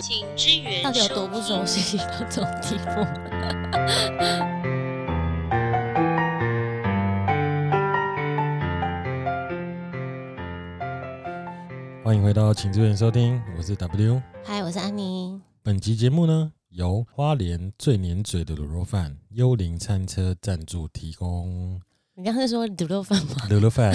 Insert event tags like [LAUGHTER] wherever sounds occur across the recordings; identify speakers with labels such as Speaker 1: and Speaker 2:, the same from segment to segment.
Speaker 1: 请支援
Speaker 2: 到底有多不
Speaker 1: 收
Speaker 2: 熟悉到这种地步？
Speaker 3: 欢迎回到，请支援收听，我是 W。
Speaker 2: 嗨，我是安妮。
Speaker 3: 本集节目呢，由花莲最粘嘴的卤肉饭幽灵餐车赞助提供。
Speaker 2: 你刚才说卤肉饭吗？
Speaker 3: 卤肉饭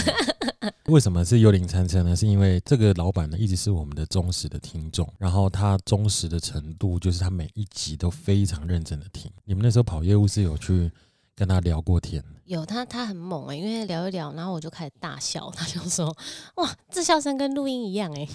Speaker 3: 为什么是幽灵餐车呢？是因为这个老板呢一直是我们的忠实的听众，然后他忠实的程度就是他每一集都非常认真的听。你们那时候跑业务是有去跟他聊过天，
Speaker 2: 有他，他很猛哎、因为聊一聊，然后我就开始大笑，他就说：“哇，这笑声跟录音一样哎、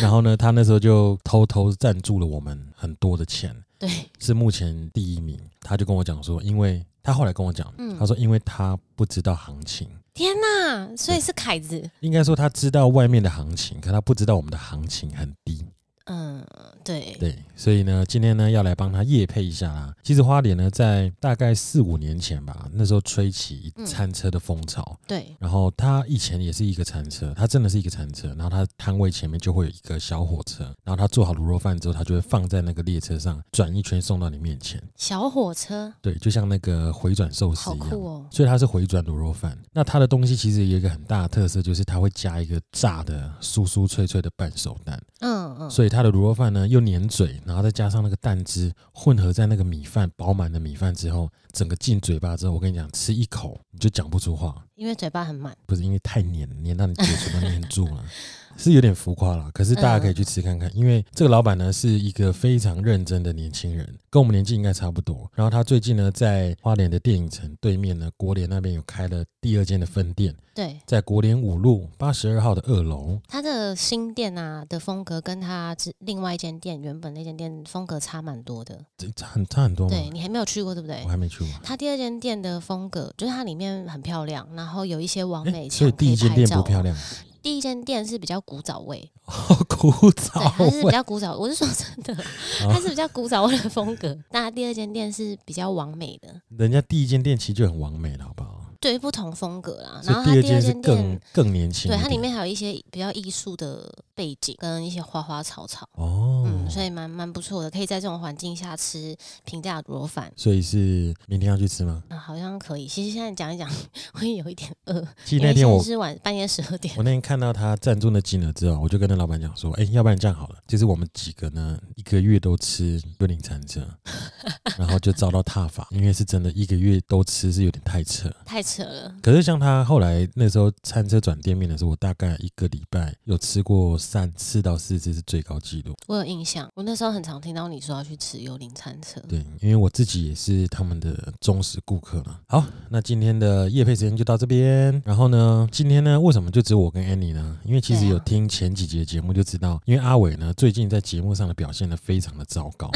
Speaker 3: 然后呢，他那时候就偷偷赞助了我们很多的钱。
Speaker 2: 对，
Speaker 3: 是目前第一名，他就跟我讲说，因为他后来跟我讲，
Speaker 2: 嗯
Speaker 3: 他说因为他不知道行情，
Speaker 2: 天哪！所以是凯子，
Speaker 3: 应该说他知道外面的行情，可他不知道我们的行情很低，
Speaker 2: 嗯，对，
Speaker 3: 对，所以呢，今天呢要来帮他夜配一下啦。其实花莲呢，在大概四五年前吧，那时候吹起
Speaker 2: 嗯
Speaker 3: 餐车的风潮，
Speaker 2: 对，
Speaker 3: 然后他以前也是一个餐车，他真的是一个餐车。然后他摊位前面就会有一个小火车，然后他做好卤肉饭之后，他就会放在那个列车上转一圈送到你面前。
Speaker 2: 小火车，
Speaker 3: 对，就像那个回转寿司
Speaker 2: 好
Speaker 3: 一样。
Speaker 2: 酷哦，
Speaker 3: 所以它是回转卤肉饭。那它的东西其实有一个很大的特色，就是它会加一个炸的酥酥脆脆的半熟蛋，
Speaker 2: 嗯嗯，
Speaker 3: 所以它的卤肉饭呢又粘嘴，然后再加上那个蛋汁混合在那个米饭饱满的米饭之后，整个进嘴巴之后，我跟你讲，吃一口你就讲不出话，
Speaker 2: 因为嘴巴很满，
Speaker 3: 不是因为太黏，黏到你嘴唇都黏住了。 [LAUGHS] 是有点浮夸啦，可是大家可以去吃看
Speaker 2: 嗯
Speaker 3: 看，因为这个老板呢是一个非常认真的年轻人，跟我们年纪应该差不多。然后他最近呢在花莲的电影城对面呢，国联那边有开了第二间的分店，
Speaker 2: 对。
Speaker 3: 在国联五路八十二号的二楼。
Speaker 2: 他的新店啊的风格跟他之另外一间店原本那间店风格差蛮多的，
Speaker 3: 这差很差很多吗？
Speaker 2: 对你还没有去过对不对
Speaker 3: 我？还没去过。
Speaker 2: 它第二间店的风格就是它里面很漂亮，然后有一些完
Speaker 3: 诶
Speaker 2: 美
Speaker 3: 所
Speaker 2: 墙
Speaker 3: 以
Speaker 2: 可
Speaker 3: 第一间
Speaker 2: 拍
Speaker 3: 店
Speaker 2: 照。
Speaker 3: 不漂亮，
Speaker 2: 第一间店是比较古早味，
Speaker 3: [LAUGHS] 好枯
Speaker 2: 对，
Speaker 3: 燥啊
Speaker 2: 它是比
Speaker 3: 味。
Speaker 2: 较古早。我是说真的， [LAUGHS] 它是比较古早味的风格。那第二间店是比较完美的，
Speaker 3: 人家第一间店其实就很完美了，好不好？
Speaker 2: 对，不同风格啦。
Speaker 3: 所
Speaker 2: 然后
Speaker 3: 以
Speaker 2: 它
Speaker 3: 第二
Speaker 2: 第二
Speaker 3: 间是
Speaker 2: 间
Speaker 3: 更
Speaker 2: 店，
Speaker 3: 更年轻一
Speaker 2: 对，
Speaker 3: 点。
Speaker 2: 它里面还有一些比较艺术的背景跟一些花花草草，
Speaker 3: 哦，
Speaker 2: 嗯，所以蛮蛮不错的，可以在这种环境下吃平价卤肉饭。
Speaker 3: 所以是明天要去吃吗？
Speaker 2: 嗯，好像可以。其实现在讲一讲， [LAUGHS] 会有一点饿，
Speaker 3: 其
Speaker 2: 因
Speaker 3: 实那
Speaker 2: 为现
Speaker 3: 天
Speaker 2: 在
Speaker 3: 我
Speaker 2: 是晚半夜十二点。
Speaker 3: 我那天看到他赞助的金额之后，我就跟那老板讲说：“哎、要不然这样好了，就是我们几个呢，一个月都吃幽灵餐 [LAUGHS] 车，然后就遭到挞伐，因为是真的一个月都吃是有点太扯。
Speaker 2: 太扯了，
Speaker 3: 可是像他后来那时候餐车转店面的时候，我大概一个礼拜有吃过三次到四次是最高纪录。
Speaker 2: 我有印象，我那时候很常听到你说要去吃幽灵餐车。
Speaker 3: 对，因为我自己也是他们的忠实顾客了。好，那今天的夜配时间就到这边。然后呢，今天呢，为什么就只有我跟 Annie 呢？因为其实
Speaker 2: 对啊
Speaker 3: 有听前几节节目就知道，因为阿伟呢最近在节目上的表现的非常的糟
Speaker 2: [LAUGHS]
Speaker 3: 糕。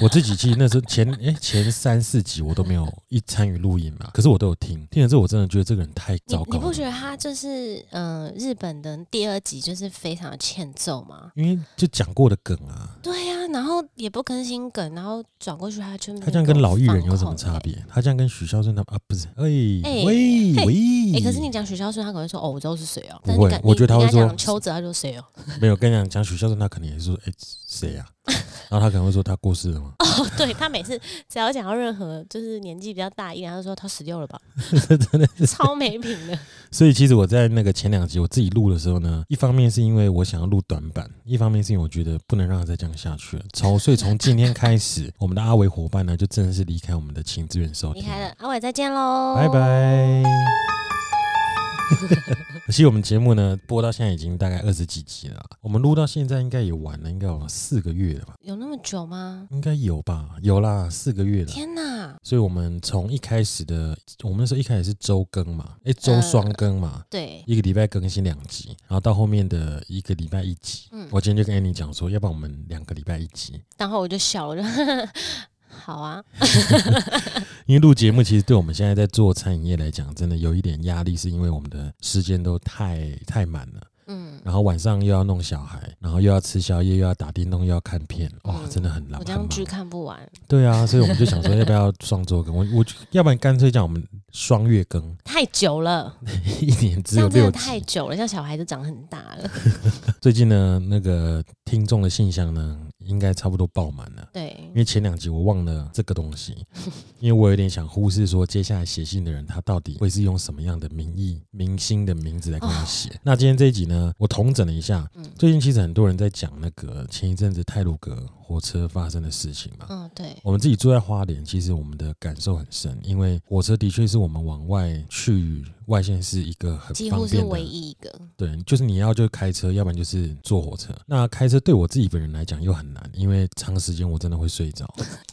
Speaker 3: 我自己其实那时候前诶前三四集我都没有一参与录音嘛，可是我都有听，听了之后我真的觉得这个人太
Speaker 2: 你
Speaker 3: 糟糕
Speaker 2: 你不
Speaker 3: 了
Speaker 2: 觉。得他就是嗯、呃日本的第二集就是非常的欠揍吗？
Speaker 3: 因为就讲过的梗啊，
Speaker 2: 对呀、然后也不更新梗，然后转过去他就
Speaker 3: 他这样跟老艺人有什么差？别？他这样跟许孝顺他们啊，不是？哎、
Speaker 2: 哎
Speaker 3: 喂
Speaker 2: 嘿
Speaker 3: 喂、
Speaker 2: 哎、可是你讲许孝顺，他可能会说哦，我知道是谁哦。
Speaker 3: 不
Speaker 2: 但是你
Speaker 3: 会
Speaker 2: 敢
Speaker 3: 我觉得他
Speaker 2: 你
Speaker 3: 会
Speaker 2: 你跟
Speaker 3: 说
Speaker 2: 讲邱泽，他就谁哦。 [LAUGHS]
Speaker 3: 没有跟你讲讲许孝顺，他肯定也是说，哎、谁呀、然后他可能会说他过世了嘛，
Speaker 2: 哦，对他每次只要讲到任何就是年纪比较大一点，他就说他死掉了吧，
Speaker 3: [LAUGHS] 真的是。
Speaker 2: 超没品的。
Speaker 3: 所以其实我在那个前两集我自己录的时候呢，一方面是因为我想要录短版，一方面是因为我觉得不能让他再这样下去了。从所以从今天开始，我们的阿维伙伴呢就正式离开我们的请资源收
Speaker 2: 离
Speaker 3: 听，
Speaker 2: 开了，阿伟再见喽，
Speaker 3: 拜。拜。其实我们节目呢播到现在已经大概二十几集了啦，我们录到现在应该也晚了，应该有四个月了吧？
Speaker 2: 有那么久吗？
Speaker 3: 应该有吧？有啦，四个月了。
Speaker 2: 天哪！
Speaker 3: 所以我们从一开始的，我们那时候一开始是周更嘛，哎，周
Speaker 2: 呃
Speaker 3: 双更嘛，
Speaker 2: 对，
Speaker 3: 一个礼拜更新两集，然后到后面的一个礼拜一集。
Speaker 2: 嗯
Speaker 3: 我今天就跟 Annie 讲说，要不然我们两个礼拜一集，
Speaker 2: 然后我就笑了，我就 [LAUGHS] 好啊，
Speaker 3: 因为录节目其实对我们现在在做餐饮业来讲，真的有一点压力，是因为我们的时间都太太满了。
Speaker 2: 嗯，
Speaker 3: 然后晚上又要弄小孩，然后又要吃宵夜，又要打电动，又要看片，哇，
Speaker 2: 嗯
Speaker 3: 真的很难。
Speaker 2: 我这
Speaker 3: 很
Speaker 2: 样
Speaker 3: 忙
Speaker 2: 剧看不完，
Speaker 3: 对啊，所以我们就想说，要不要双周更？我我要不然干脆讲我们双月更，
Speaker 2: 太久了，
Speaker 3: [LAUGHS] 一年
Speaker 2: 这
Speaker 3: 只有
Speaker 2: 样真
Speaker 3: 六
Speaker 2: 的
Speaker 3: 集。
Speaker 2: 太久了，像小孩子长很大了。 [LAUGHS]
Speaker 3: 最近呢，那个听众的信箱呢，应该差不多爆满了。
Speaker 2: 对
Speaker 3: 因，为前两集我忘了这个
Speaker 2: [LAUGHS]
Speaker 3: 东西，因为我有点想忽视说，接下来写信的人他到底会是用什么样的名义、明星的名字来跟我写。那今天这一集呢，我统整了一下，
Speaker 2: 哦嗯
Speaker 3: 最近其实很多人在讲那个前一阵子泰鲁阁火车发生的事情嘛。
Speaker 2: 嗯，对，
Speaker 3: 我们自己住在花莲，其实我们的感受很深，因为火车的确是我们往外去外县市一个很
Speaker 2: 几
Speaker 3: 方
Speaker 2: 乎
Speaker 3: 便
Speaker 2: 是
Speaker 3: 的
Speaker 2: 唯一一个。
Speaker 3: 对，就是你要就开车，要不然就是坐火车。那开车对我自己本人来讲又很难，因为长时间我真的会睡
Speaker 2: [LAUGHS]
Speaker 3: 着。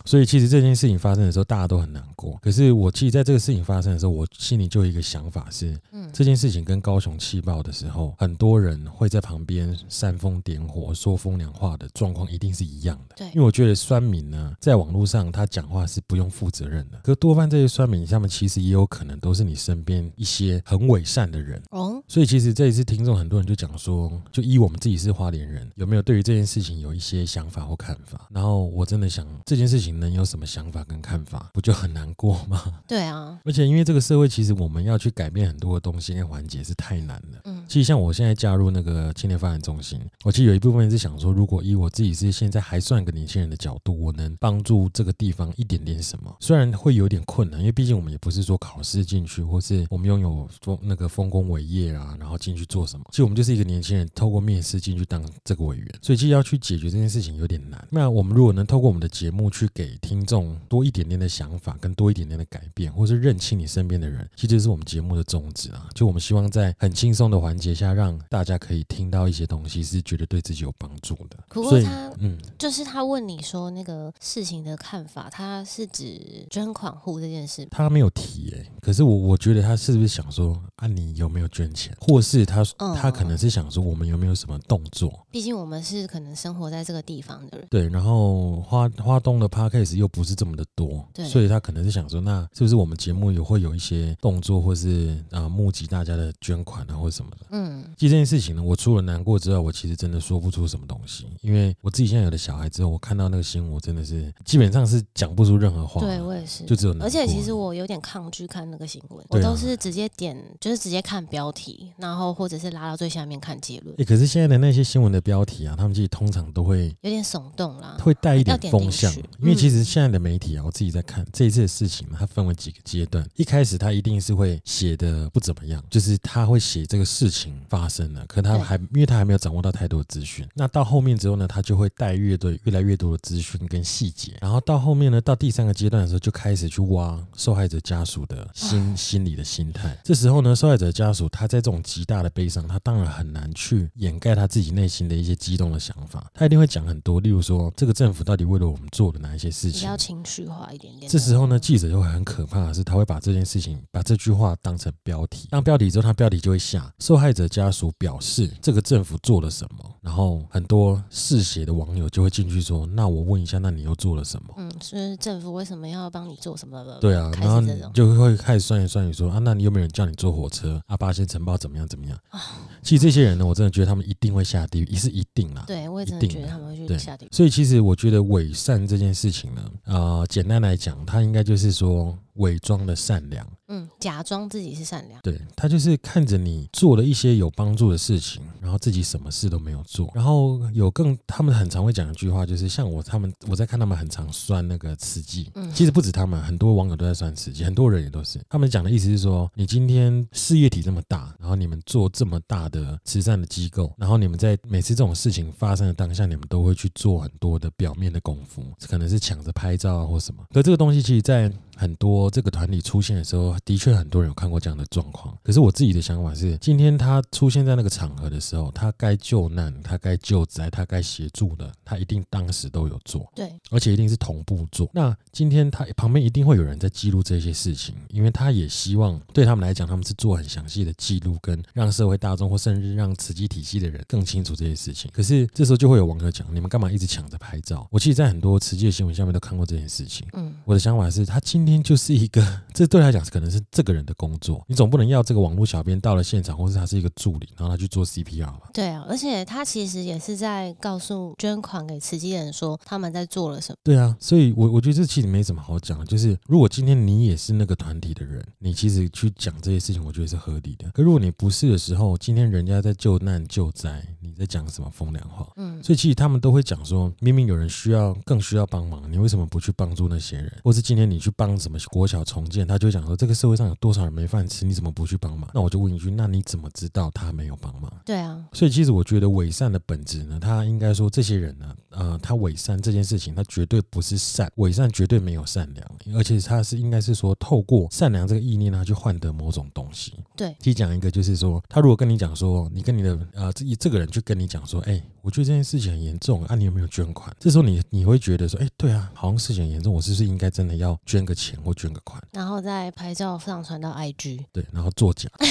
Speaker 3: 所以其实这件事情发生的时候，大家都很难过。可是我其实在这个事情发生的时候，我心里就有一个想法是，
Speaker 2: 嗯
Speaker 3: 这件事情跟高雄气爆的时候，很多人会在旁边煽风点火、说风凉话的状况一定是一样的。
Speaker 2: 对
Speaker 3: 因为我觉得酸民呢，在网络上他讲话是不用负责任的。可多半这些酸民，他们其实也有可能都是你身边一些很伪善的人。
Speaker 2: 哦，
Speaker 3: 所以其实这一次听众很多人就讲说，就依我们自己是花莲人，有没有对于这件事情有一些想法或看法？然后我真的想，这件事情能有什么想法跟看法，不就很难过吗？
Speaker 2: 对啊，
Speaker 3: 而且因为这个社会，其实我们要去改变很多的东西跟环节是太难了。
Speaker 2: 嗯
Speaker 3: 其实像我现在加入那个青年发展中心，我其实有一部分是想说，如果以我自己是现在还算个年轻人的角度，我能帮助这个地方一点点什么，虽然会有点困难，因为毕竟我们也不是说考试进去，或是我们拥有丰那个丰功伟业啊，然后进去做什么。其实我们就是一个年轻人，透过面试进去当这个委员，所以其实要去解决这件事情有点难。那我们如果能透过我们的节目去给听众多一点点的想法，跟多一点点的改变，或是认清你身边的人，其实这是我们节目的宗旨啊。就我们希望在很轻松的环节下，让大家可以听到一些东西，是觉得对自己有帮助的。
Speaker 2: 不过
Speaker 3: 所以
Speaker 2: 他，
Speaker 3: 嗯，
Speaker 2: 就是他问你说那个事情的看法，他是指捐款户这件事吗。
Speaker 3: 他没有提、欸，可是我我觉得他是不是想说啊，你有没有捐钱，或是他
Speaker 2: 嗯
Speaker 3: 他可能是想说我们有没有什么动作？
Speaker 2: 毕竟我们是可能生活在这个地方的人，
Speaker 3: 对，然后花花东的 podcast 又不是这么的多，
Speaker 2: 对
Speaker 3: 所以他可能是想说，那是不是我们节目也会有一些动作，或是啊、呃募集大家的捐款啊，或什么的。
Speaker 2: 嗯，
Speaker 3: 其实这件事情呢，我除了难过之外，我其实真的说不出什么东西，因为我自己现在有了小孩之后，我看到那个新闻，我真的是基本上是讲不出任何话，
Speaker 2: 对我也是
Speaker 3: 就。只有难过
Speaker 2: 而且其实我有点抗拒看那个新闻，我
Speaker 3: 对啊
Speaker 2: 都是直接点，就是直接看标题，然后或者是拉到最下面看结论
Speaker 3: 诶，，可是现在的那些新闻的标题啊，他们其实通常都会
Speaker 2: 有点耸动啦。
Speaker 3: 会带一点
Speaker 2: 要点
Speaker 3: 风
Speaker 2: 进
Speaker 3: 向
Speaker 2: 去，
Speaker 3: 因为其实
Speaker 2: 嗯
Speaker 3: 现在的媒体啊，我自己在看这一次的事情呢，它分为几个阶段。一开始它一定是会写的不怎么样，就是他会写这个事情发生了，可他
Speaker 2: 对
Speaker 3: 还因为他还没有掌握到太多的资讯。那到后面之后呢，他就会带越多越来越多的资讯跟细节，然后到后面呢，到第三个阶段的时候，就开始去挖受害者家属的心心理的心态。这时候呢，受害者家属他在这种极大的悲伤，他当然很难去掩盖他自己内心的一些激动的想法，他一定会讲很多，例如说这个政府到底为了我们做了哪一些事
Speaker 2: 比
Speaker 3: 情
Speaker 2: 较。情绪化一点点。
Speaker 3: 这时候呢，，记者就会很可怕的是，他会把这件事情、把这句话当成标题，当标题之后，他标题就会下受害者家属表示这个政府做了什么，然后很多嗜血的网友就会进去说：“那我问一下，那你又做了什么？”
Speaker 2: 嗯，就是政府为什么要帮你做什么？
Speaker 3: 对啊，
Speaker 2: 开
Speaker 3: 然后
Speaker 2: 始这
Speaker 3: 你
Speaker 2: 种，
Speaker 3: 就会开始算一算，你说啊，那你有没有人叫你坐火车？啊阿八仙城堡怎么样怎么样？
Speaker 2: 哦
Speaker 3: 其实这些人呢，我真的觉得他们一定会下地狱，是一定啦。
Speaker 2: 对我也
Speaker 3: 一
Speaker 2: 真的
Speaker 3: 定
Speaker 2: 觉得
Speaker 3: 的
Speaker 2: 他们会
Speaker 3: 对
Speaker 2: 去下地狱。
Speaker 3: 所以其实我觉得伪善这件事情呢，呃，简单来讲，它应该就是说伪装的善良，
Speaker 2: 嗯，假装自己是善良。
Speaker 3: 对他就是看着你做了一些有帮助的事情，然后自己什么事都没有做，然后有更他们很常会讲一句话，就是像我他们我在看他们很常酸那个慈济，
Speaker 2: 嗯
Speaker 3: 其实不止他们，很多网友都在酸慈济，很多人也都是，他们讲的意思是说，你今天事业体这么大，然后你们做这么大的慈善的机构，然后你们在每次这种事情发生的当下，你们都会去做很多的表面的功夫，可能是抢着拍照啊或什么，可这个东西其实，在很多这个团体出现的时候，的确很多人有看过这样的状况。可是我自己的想法是，今天他出现在那个场合的时候，他该救难、他该救灾、他该协助的，他一定当时都有做，
Speaker 2: 对，
Speaker 3: 而且一定是同步做。那今天他旁边一定会有人在记录这些事情，因为他也希望对他们来讲，他们是做很详细的记录，跟让社会大众或甚至让慈济体系的人更清楚这些事情。可是这时候就会有网友讲：“你们干嘛一直抢着拍照？”我其实，在很多慈济的新闻下面都看过这件事情。
Speaker 2: 嗯，
Speaker 3: 我的想法是，他今天就是一个， [LAUGHS] 这对他来讲可能是这个人的工作，你总不能要这个网络小编到了现场，或是他是一个助理，然后他去做 CPR 吧？
Speaker 2: 对啊，而且他其实也是在告诉捐款给慈济人说他们在做了什么。
Speaker 3: 对啊，所以我我觉得这其实没什么好讲的，就是如果今天你也是那个团体的人，你其实去讲这些事情，我觉得是合理的。可如果你不是的时候，今天人家在救难救灾，你在讲什么风凉话？
Speaker 2: 嗯，
Speaker 3: 所以其实他们都会讲说，明明有人需要更需要帮忙，你为什么不去帮助那些人？或是今天你去帮什么国小重建，他就会讲说这个社会上有多少人没饭吃，你怎么不去帮忙？那我就问一句，那你怎么知道他没有帮忙？
Speaker 2: 对啊，
Speaker 3: 所以其实我觉得伪善的本质呢，他应该说这些人呢、呃，他伪善这件事情，他绝对不是善，伪善绝对没有善良，而且他是应该是说透过善良这个意念呢，他去换得某种东西。
Speaker 2: 对
Speaker 3: 其实讲一个就是说，他如果跟你讲说，你跟你的呃这这个人去跟你讲说，哎、我觉得这件事情很严重啊，你有没有捐款？这时候你你会觉得说，哎、对啊，好像事情很严重，我是不是应该真的要捐个钱或捐个款？
Speaker 2: 然后再拍照上传到 IG。
Speaker 3: 对，然后作假哦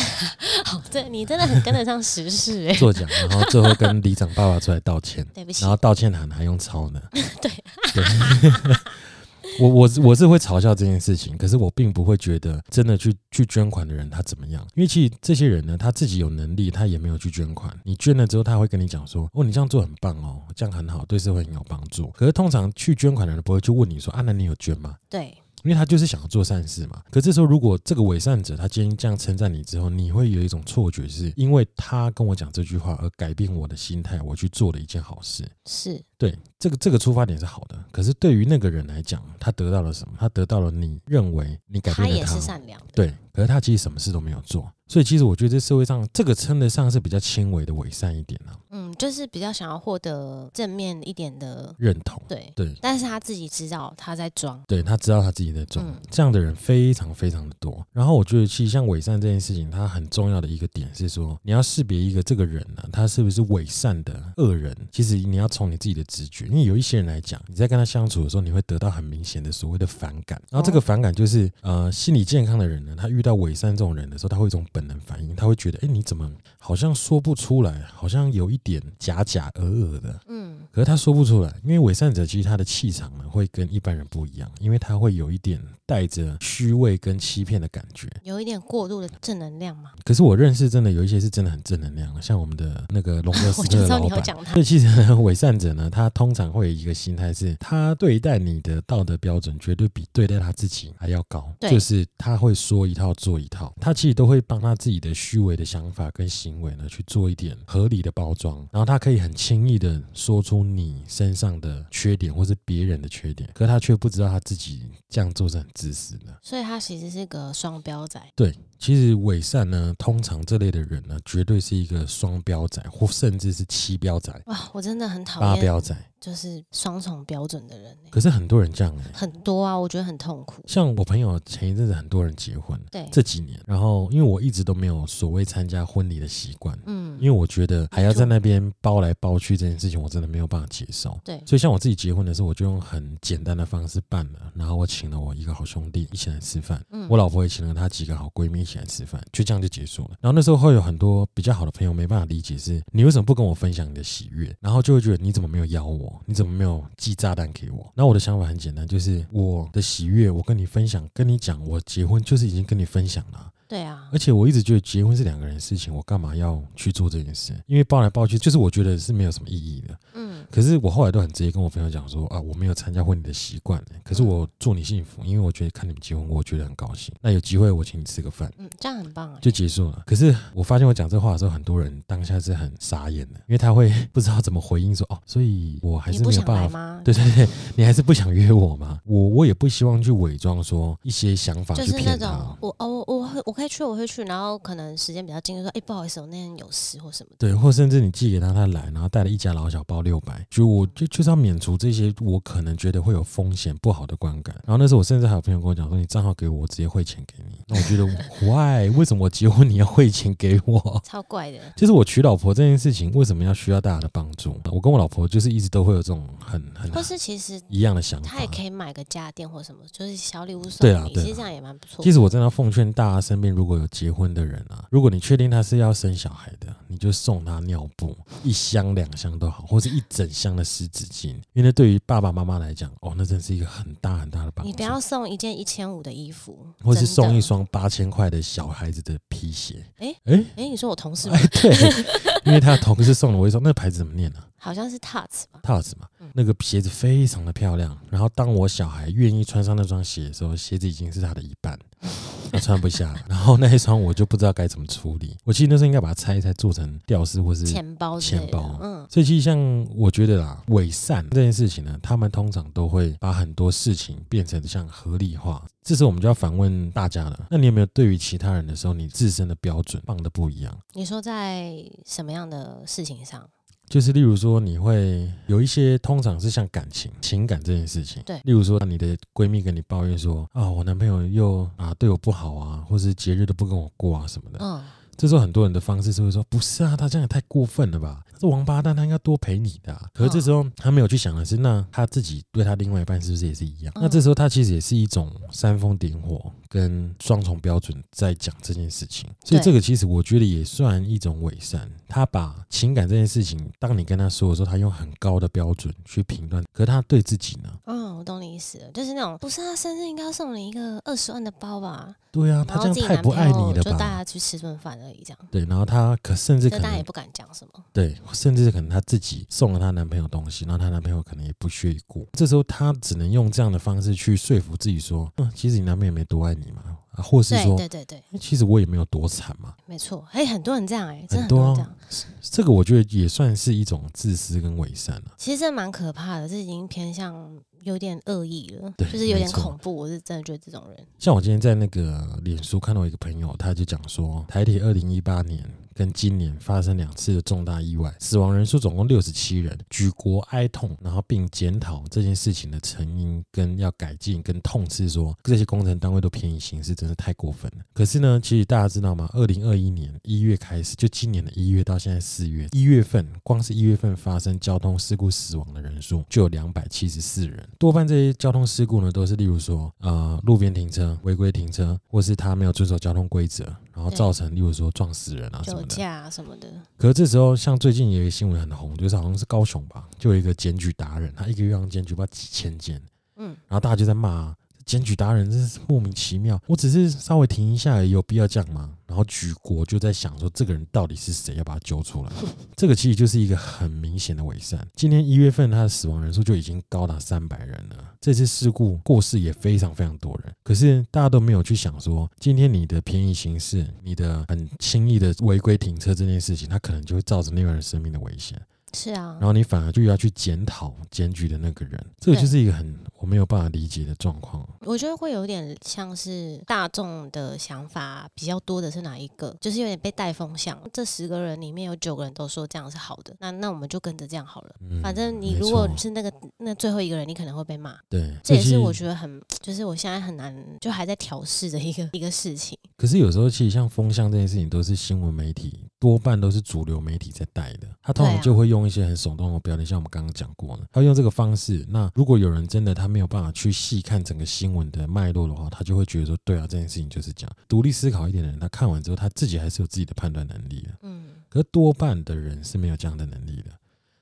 Speaker 2: 好，对你真的很跟得上时
Speaker 3: [LAUGHS]
Speaker 2: 事哎、
Speaker 3: 作假，然后最后跟里长爸爸出来道歉。
Speaker 2: 对不起
Speaker 3: 然，后道歉函还用抄呢？ [LAUGHS] 对。我我是我是会嘲笑这件事情，可是我并不会觉得真的去去捐款的人他怎么样，因为其实这些人呢，他自己有能力，他也没有去捐款。你捐了之后，他会跟你讲说：“哦，你这样做很棒哦，这样很好，对社会很有帮助。”可是通常去捐款的人不会去问你说：“啊，那你有捐吗？”
Speaker 2: 对
Speaker 3: 因为他就是想要做善事嘛。可这时候，如果这个伪善者他今天这样称赞你之后，你会有一种错觉，是因为他跟我讲这句话而改变我的心态，我去做了一件好事。
Speaker 2: 是，
Speaker 3: 对，这个这个出发点是好的，可是对于那个人来讲，他得到了什么？他得到了你认为你改
Speaker 2: 他
Speaker 3: 变了
Speaker 2: 也
Speaker 3: 他，
Speaker 2: 是善良的。
Speaker 3: 对，可是他其实什么事都没有做，所以其实我觉得这社会上这个称得上是比较轻微的伪善一点啊，
Speaker 2: 嗯，就是比较想要获得正面一点的，
Speaker 3: 认同，
Speaker 2: 对。
Speaker 3: 对，
Speaker 2: 但是他自己知道他在装，
Speaker 3: 对他知道他自己在做，
Speaker 2: 嗯
Speaker 3: 这样的人非常非常的多。然后我觉得，其实像伪善这件事情，它很重要的一个点是说，你要识别一个这个人呢、啊，他是不是伪善的恶人。其实你要从你自己的直觉，因为有一些人来讲，你在跟他相处的时候，你会得到很明显的所谓的反感。然后这个反感就是，呃，心理健康的人呢，他遇到伪善这种人的时候，他会有一种本能反应，他会觉得，哎，你怎么好像说不出来，好像有一点假假鹅鹅的。
Speaker 2: 嗯，
Speaker 3: 可是他说不出来，因为伪善者其实他的气场呢会跟一般人不一样，因为他会有一点带着虚伪跟欺骗的感觉。
Speaker 2: 有一点过度的正能量嘛。
Speaker 3: 可是我认识真的有一些是真的很正能量的，像我们的那个龙哥斯
Speaker 2: [LAUGHS] 我就
Speaker 3: 特
Speaker 2: 知
Speaker 3: 的
Speaker 2: 道
Speaker 3: 老
Speaker 2: 你要
Speaker 3: 板。
Speaker 2: 讲他
Speaker 3: [LAUGHS] 所，以其实呢伪善者呢，他通常会有一个心态是，他对待你的道德标准绝对比对待他自己还要高，
Speaker 2: 对
Speaker 3: 就是他会说一套做一套，他其实都会帮他自己的虚伪的想法跟行为呢去做一点合理的包装，然后他可以很轻易的说出你身上的缺点或是别人的缺点，可是他却不知道他自己这样做是很自私的。
Speaker 2: 所以他其实是个双标仔。
Speaker 3: 对，其实伪善呢，通常这类的人呢，绝对是一个双标仔，或甚至是七标仔、
Speaker 2: 哇，我真的很讨
Speaker 3: 八
Speaker 2: 厌
Speaker 3: 标仔。
Speaker 2: 就是双重标准的人欸、
Speaker 3: 可是很多人这样哎、
Speaker 2: 很多啊，我觉得很痛苦。
Speaker 3: 像我朋友前一阵子很多人结婚，
Speaker 2: 对，
Speaker 3: 这几年，然后因为我一直都没有所谓参加婚礼的习惯，
Speaker 2: 嗯
Speaker 3: 因，为我觉得还要
Speaker 2: 没错
Speaker 3: 在那边包来包去这件事情，我真的没有办法接受。
Speaker 2: 对，
Speaker 3: 所以像我自己结婚的时候，我就用很简单的方式办了，然后我请了我一个好兄弟一起来吃饭，
Speaker 2: 嗯
Speaker 3: 我老婆也请了她几个好闺蜜一起来吃饭，就这样就结束了。然后那时候会有很多比较好的朋友没办法理解是，你为什么不跟我分享你的喜悦？然后就会觉得你怎么没有邀我？你怎么没有寄炸弹给我？那我的想法很简单，就是我的喜悦我跟你分享，跟你讲，我结婚就是已经跟你分享了啊。
Speaker 2: 对啊
Speaker 3: 而，且我一直觉得结婚是两个人的事情，我干嘛要去做这件事？因为抱来抱去，就是我觉得是没有什么意义的。
Speaker 2: 嗯，
Speaker 3: 可是我后来都很直接跟我朋友讲说啊，我没有参加婚礼的习惯、欸
Speaker 2: 嗯
Speaker 3: 可是我祝你幸福，因为我觉得看你们结婚，我觉得很高兴。那有机会我请你吃个饭。
Speaker 2: 嗯，这样很棒啊、
Speaker 3: 就结束了。可是我发现我讲这话的时候，很多人当下是很傻眼的，因为他会不知道怎么回应说哦，所以我还
Speaker 2: 你
Speaker 3: 是
Speaker 2: 不
Speaker 3: 没有
Speaker 2: 想来
Speaker 3: 办法。
Speaker 2: 吗？
Speaker 3: 对对对，你还是不想约我吗？我我也不希望去伪装说一些想法
Speaker 2: 就
Speaker 3: 去
Speaker 2: 是那
Speaker 3: 骗他
Speaker 2: 种。我哦，我我会我可以去，我会去，然后可能时间比较近，就说哎、不好意思，我那天有事或什么的。
Speaker 3: 对，或甚至你寄给他，他来，然后带了一家老小包六百，就我就就是要免除这些我可能觉得会有风险不好的观感。然后那时候我甚至还有朋友跟我讲说，你账号给我，我直接汇钱给你。那我觉得 [LAUGHS] why？为什么我结婚你要汇钱给我？ [LAUGHS]
Speaker 2: 超怪的，
Speaker 3: 就是我娶老婆这件事情，为什么要需要大家的帮助？我跟我老婆就是一直都会有这种很很
Speaker 2: 或是其实
Speaker 3: 一样的想啊法
Speaker 2: 他也。可以买个家电或什么，就是小礼物送
Speaker 3: 对啊
Speaker 2: 你，
Speaker 3: 对
Speaker 2: 其实
Speaker 3: 啊
Speaker 2: 这样也蛮不错的。
Speaker 3: 其实我真的要奉劝大家身边如果有结婚的人啊，如果你确定他是要生小孩的，你你就送他尿布，一箱两箱都好，或是一整箱的湿纸巾，因为那对于爸爸妈妈来讲，哦，那真是一个很大很大的帮
Speaker 2: 你
Speaker 3: 助
Speaker 2: 不。要送一件一千五的衣服，
Speaker 3: 或是
Speaker 2: 真的
Speaker 3: 送一。双八千块的小孩子的皮鞋，
Speaker 2: 诶
Speaker 3: 诶 [LAUGHS]
Speaker 2: 哎、你说我同事吗
Speaker 3: 哎，对， [LAUGHS] 因为他的同事送了我一双，那个牌子怎么念啊呢、
Speaker 2: 好像是 Tots 吧？
Speaker 3: t o s 嘛，那个鞋子非常的漂亮。然后当我小孩愿意穿上那双鞋的时候，鞋子已经是他的一半，他穿不下了。然后那一双我就不知道该怎么处理。我其实那时候应该把它拆一拆，做成吊饰或是。
Speaker 2: 钱包之类的
Speaker 3: 钱包
Speaker 2: 嗯，
Speaker 3: 所以其实像我觉得啦，伪善这件事情呢，他们通常都会把很多事情变成像合理化。这时候我们就要反问大家了：那你有没有对于其他人的时候，你自身的标准放的不一样？
Speaker 2: 你说在什么样的事情上？
Speaker 3: 就是例如说，你会有一些通常是像感情、情感这件事情，
Speaker 2: 对
Speaker 3: 例如说，你的闺蜜跟你抱怨说啊，我男朋友又啊对我不好啊，或是节日都不跟我过啊什么的。
Speaker 2: 嗯，
Speaker 3: 这时候很多人的方式是会说，不是啊，他这样也太过分了吧？这王八蛋他应该多陪你的、啊。可是这时候他没有去想的是，那他自己对他另外一半是不是也是一样？
Speaker 2: 嗯
Speaker 3: 那这时候他其实也是一种煽风点火跟双重标准在讲这件事情。所以
Speaker 2: 对
Speaker 3: 这个其实我觉得也算一种伪善。他把情感这件事情，当你跟他说的时候，他用很高的标准去评断，可是他对自己呢？
Speaker 2: 嗯，我懂你意思了，就是那种不是啊，生日应该要送你一个二十万的包吧，
Speaker 3: 对啊，他
Speaker 2: 然后
Speaker 3: 这样
Speaker 2: 自己
Speaker 3: 太
Speaker 2: 男
Speaker 3: 不
Speaker 2: 朋
Speaker 3: 爱你
Speaker 2: 友
Speaker 3: 了
Speaker 2: 就带
Speaker 3: 吧？
Speaker 2: 他去吃顿饭而已，这样，
Speaker 3: 对，然后他可甚至
Speaker 2: 这
Speaker 3: 可
Speaker 2: 大家
Speaker 3: 能
Speaker 2: 也不敢讲什么。
Speaker 3: 对，甚至可能她自己送了她男朋友东西，然后她男朋友可能也不屑一顾。这时候她只能用这样的方式去说服自己说，嗯，其实你男朋友也没多爱你嘛，啊，或是
Speaker 2: 对
Speaker 3: 说，
Speaker 2: 对对对，
Speaker 3: 欸其实我也没有多惨嘛。
Speaker 2: 没错。哎、很多人这样哎、真的
Speaker 3: 很
Speaker 2: 很
Speaker 3: 多
Speaker 2: 多
Speaker 3: 啊
Speaker 2: 人这样，
Speaker 3: 这个我觉得也算是一种自私跟伪善啊了、
Speaker 2: 其实这蛮可怕的，这已经偏向有点恶意了，
Speaker 3: 对
Speaker 2: 就是有点
Speaker 3: 没错
Speaker 2: 恐怖。我是真的觉得这种人，
Speaker 3: 像我今天在那个脸书看到一个朋友，他就讲说，台铁二零一八年跟今年发生两次的重大意外，死亡人数总共六十七人，举国哀痛，然后并检讨这件事情的成因跟要改进，跟痛斥说这些工程单位都便宜行事，真是太过分了。可是呢，其实大家知道吗？二零二一年一月开始，就今年的一月到现在四月，一月份光是一月份发生交通事故死亡的人数就有两百七十四人，多半这些交通事故呢都是例如说呃路边停车、违规停车，或是他没有遵守交通规则，然后
Speaker 2: 对
Speaker 3: 造成例如说撞死人啊什么
Speaker 2: 酒
Speaker 3: 的。
Speaker 2: 驾啊什么的，
Speaker 3: 可是这时候，像最近有一个新闻很红，就是好像是高雄吧，就有一个检举达人，他一个月要检举不知道几千件，
Speaker 2: 嗯，
Speaker 3: 然后大家就在骂啊检举达人，真是莫名其妙。我只是稍微停一下而已，有必要这样吗？然后举国就在想说，这个人到底是谁，要把他揪出来。这个其实就是一个很明显的伪善。今年一月份，他的死亡人数就已经高达三百人了。这次事故过世也非常非常多人，可是大家都没有去想说，今天你的便宜行事，你的很轻易的违规停车这件事情，它可能就会造成另外人生命的危险。
Speaker 2: 是啊
Speaker 3: 然，后你反而就要去检讨检举的那个人，这个
Speaker 2: 对
Speaker 3: 就是一个很我没有办法理解的状况。
Speaker 2: 我觉得会有点像是大众的想法比较多的是哪一个，就是有点被带风向。这十个人里面有九个人都说这样是好的，那那我们就跟着这样好了。
Speaker 3: 嗯
Speaker 2: 反正你
Speaker 3: 没
Speaker 2: 如果
Speaker 3: 错
Speaker 2: 是那个那最后一个人，你可能会被骂，
Speaker 3: 对，
Speaker 2: 这也是我
Speaker 3: 得。
Speaker 2: 觉得很，就是我现在很难，就还在调试的一个一个事情。
Speaker 3: 可是有时候其实像风向这件事情，都是新闻媒体多半都是主流媒体在带的，他通
Speaker 2: 对
Speaker 3: 常
Speaker 2: 啊
Speaker 3: 就会用一些很耸动的标题，像我们刚刚讲过的，他用这个方式。那如果有人真的他没有办法去细看整个新闻的脉络的话，他就会觉得说，对啊，这件事情就是这样。独立思考一点的人，他看完之后，他自己还是有自己的判断能力的。
Speaker 2: 嗯，
Speaker 3: 可是多半的人是没有这样的能力的。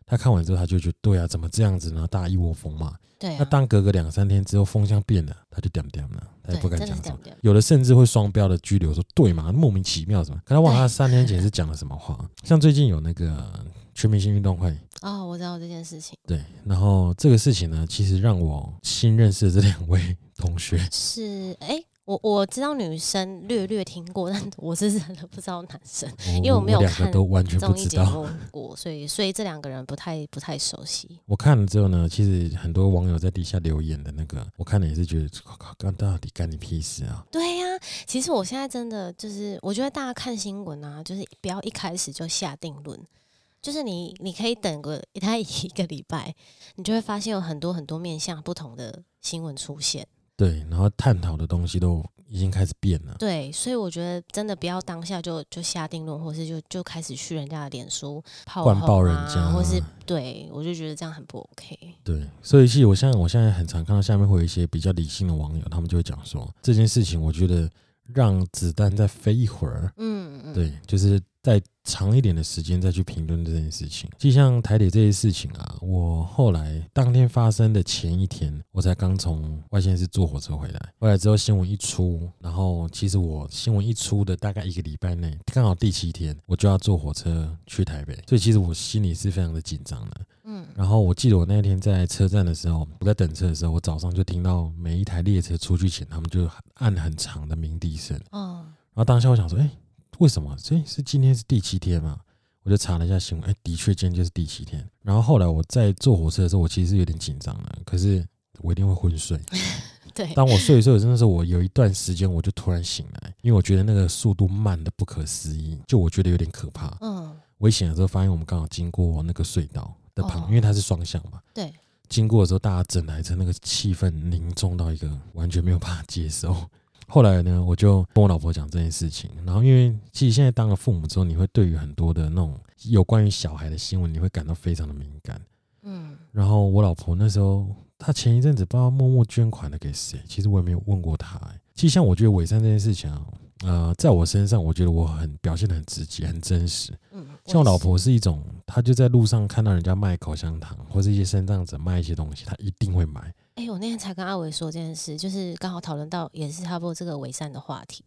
Speaker 3: 他看完之后，他就觉得对啊，怎么这样子呢？大家一窝蜂嘛。
Speaker 2: 对
Speaker 3: 那
Speaker 2: 啊，
Speaker 3: 当隔个两三天之后，风向变了，他就点点了，他
Speaker 2: 对
Speaker 3: 也，不敢
Speaker 2: 真的
Speaker 3: 讲
Speaker 2: 是
Speaker 3: 什
Speaker 2: 这
Speaker 3: 么
Speaker 2: 样。讲。
Speaker 3: 有的甚至会双标的拘留，说对嘛，莫名其妙什么？可他忘了他三天前是讲了什么话。像最近有那个全明星运动会，
Speaker 2: 哦，我知道这件事情
Speaker 3: 对，然后这个事情呢，其实让我新认识的这两位同学，
Speaker 2: 是，哎、我我知道女生略略听过，但我是真的不知道男生。 [LAUGHS] 因为我
Speaker 3: 我
Speaker 2: 没有
Speaker 3: 两个
Speaker 2: 看
Speaker 3: 都完全不
Speaker 2: 综艺
Speaker 3: 知
Speaker 2: 节
Speaker 3: 道。
Speaker 2: 目过，所以所以这两个人不太不太熟悉。
Speaker 3: 我看了之后呢，其实很多网友在底下留言的那个，我看了也是觉得，靠，干到底干你屁事啊！
Speaker 2: 对呀、其实我现在真的就是，我觉得大家看新闻啊，就是不要一开始就下定论，就是你你可以等个他一个礼拜，你就会发现有很多很多面向不同的新闻出现。
Speaker 3: 对，然后探讨的东西都已经开始变了。
Speaker 2: 对，所以我觉得真的不要当下就就下定论，或是就就开始去人家的脸书炮
Speaker 3: 灌
Speaker 2: 轰
Speaker 3: 爆人
Speaker 2: 啊
Speaker 3: 家
Speaker 2: 或是对我就觉得这样很不 OK。
Speaker 3: 对，所以其实我现在我现在很常看到下面会有一些比较理性的网友，他们就会讲说这件事情，我觉得让子弹再飞一会儿，
Speaker 2: 嗯嗯，
Speaker 3: 对，就是再长一点的时间再去评论这件事情。就像台铁这些事情啊，我后来当天发生的前一天，我才刚从外县市坐火车回来。回来之后新闻一出，然后其实我新闻一出的大概一个礼拜内，刚好第七天我就要坐火车去台北，所以其实我心里是非常的紧张的。
Speaker 2: 嗯，
Speaker 3: 然后我记得我那天在车站的时候，我在等车的时候，我早上就听到每一台列车出去前，他们就按很长的鸣笛声。
Speaker 2: 哦，
Speaker 3: 然后当下我想说，哎、为什么？所以是今天是第七天嘛？我就查了一下新闻，哎、的确今天就是第七天。然后后来我在坐火车的时候，我其实是有点紧张的，可是我一定会昏睡。
Speaker 2: 对，
Speaker 3: 当我睡一睡，真的是我有一段时间我就突然醒来，因为我觉得那个速度慢的不可思议，就我觉得有点可怕。
Speaker 2: 嗯，
Speaker 3: 我一醒来之后，发现我们刚好经过那个隧道的旁，
Speaker 2: 哦
Speaker 3: 因为它是双向嘛。
Speaker 2: 对，
Speaker 3: 经过的时候，大家整台车那个气氛凝重到一个完全没有办法接受。 [LAUGHS] 后来呢，我就跟我老婆讲这件事情，然后因为其实现在当了父母之后，你会对于很多的那种有关于小孩的新闻，你会感到非常的敏感。
Speaker 2: 嗯，
Speaker 3: 然后我老婆那时候，她前一阵子不知道默默捐款了给谁，其实我也没有问过她、欸。其实像我觉得伪善这件事情啊，呃，在我身上，我觉得我很表现的很直接，很真实。
Speaker 2: 嗯，
Speaker 3: 像我
Speaker 2: 也
Speaker 3: 老
Speaker 2: 是，
Speaker 3: 婆是一种，她就在路上看到人家卖口香糖或是一些身障者卖一些东西，她一定会买。
Speaker 2: 哎、我那天才跟阿伟说这件事，就是刚好讨论到也是差不多这个伪善的话题，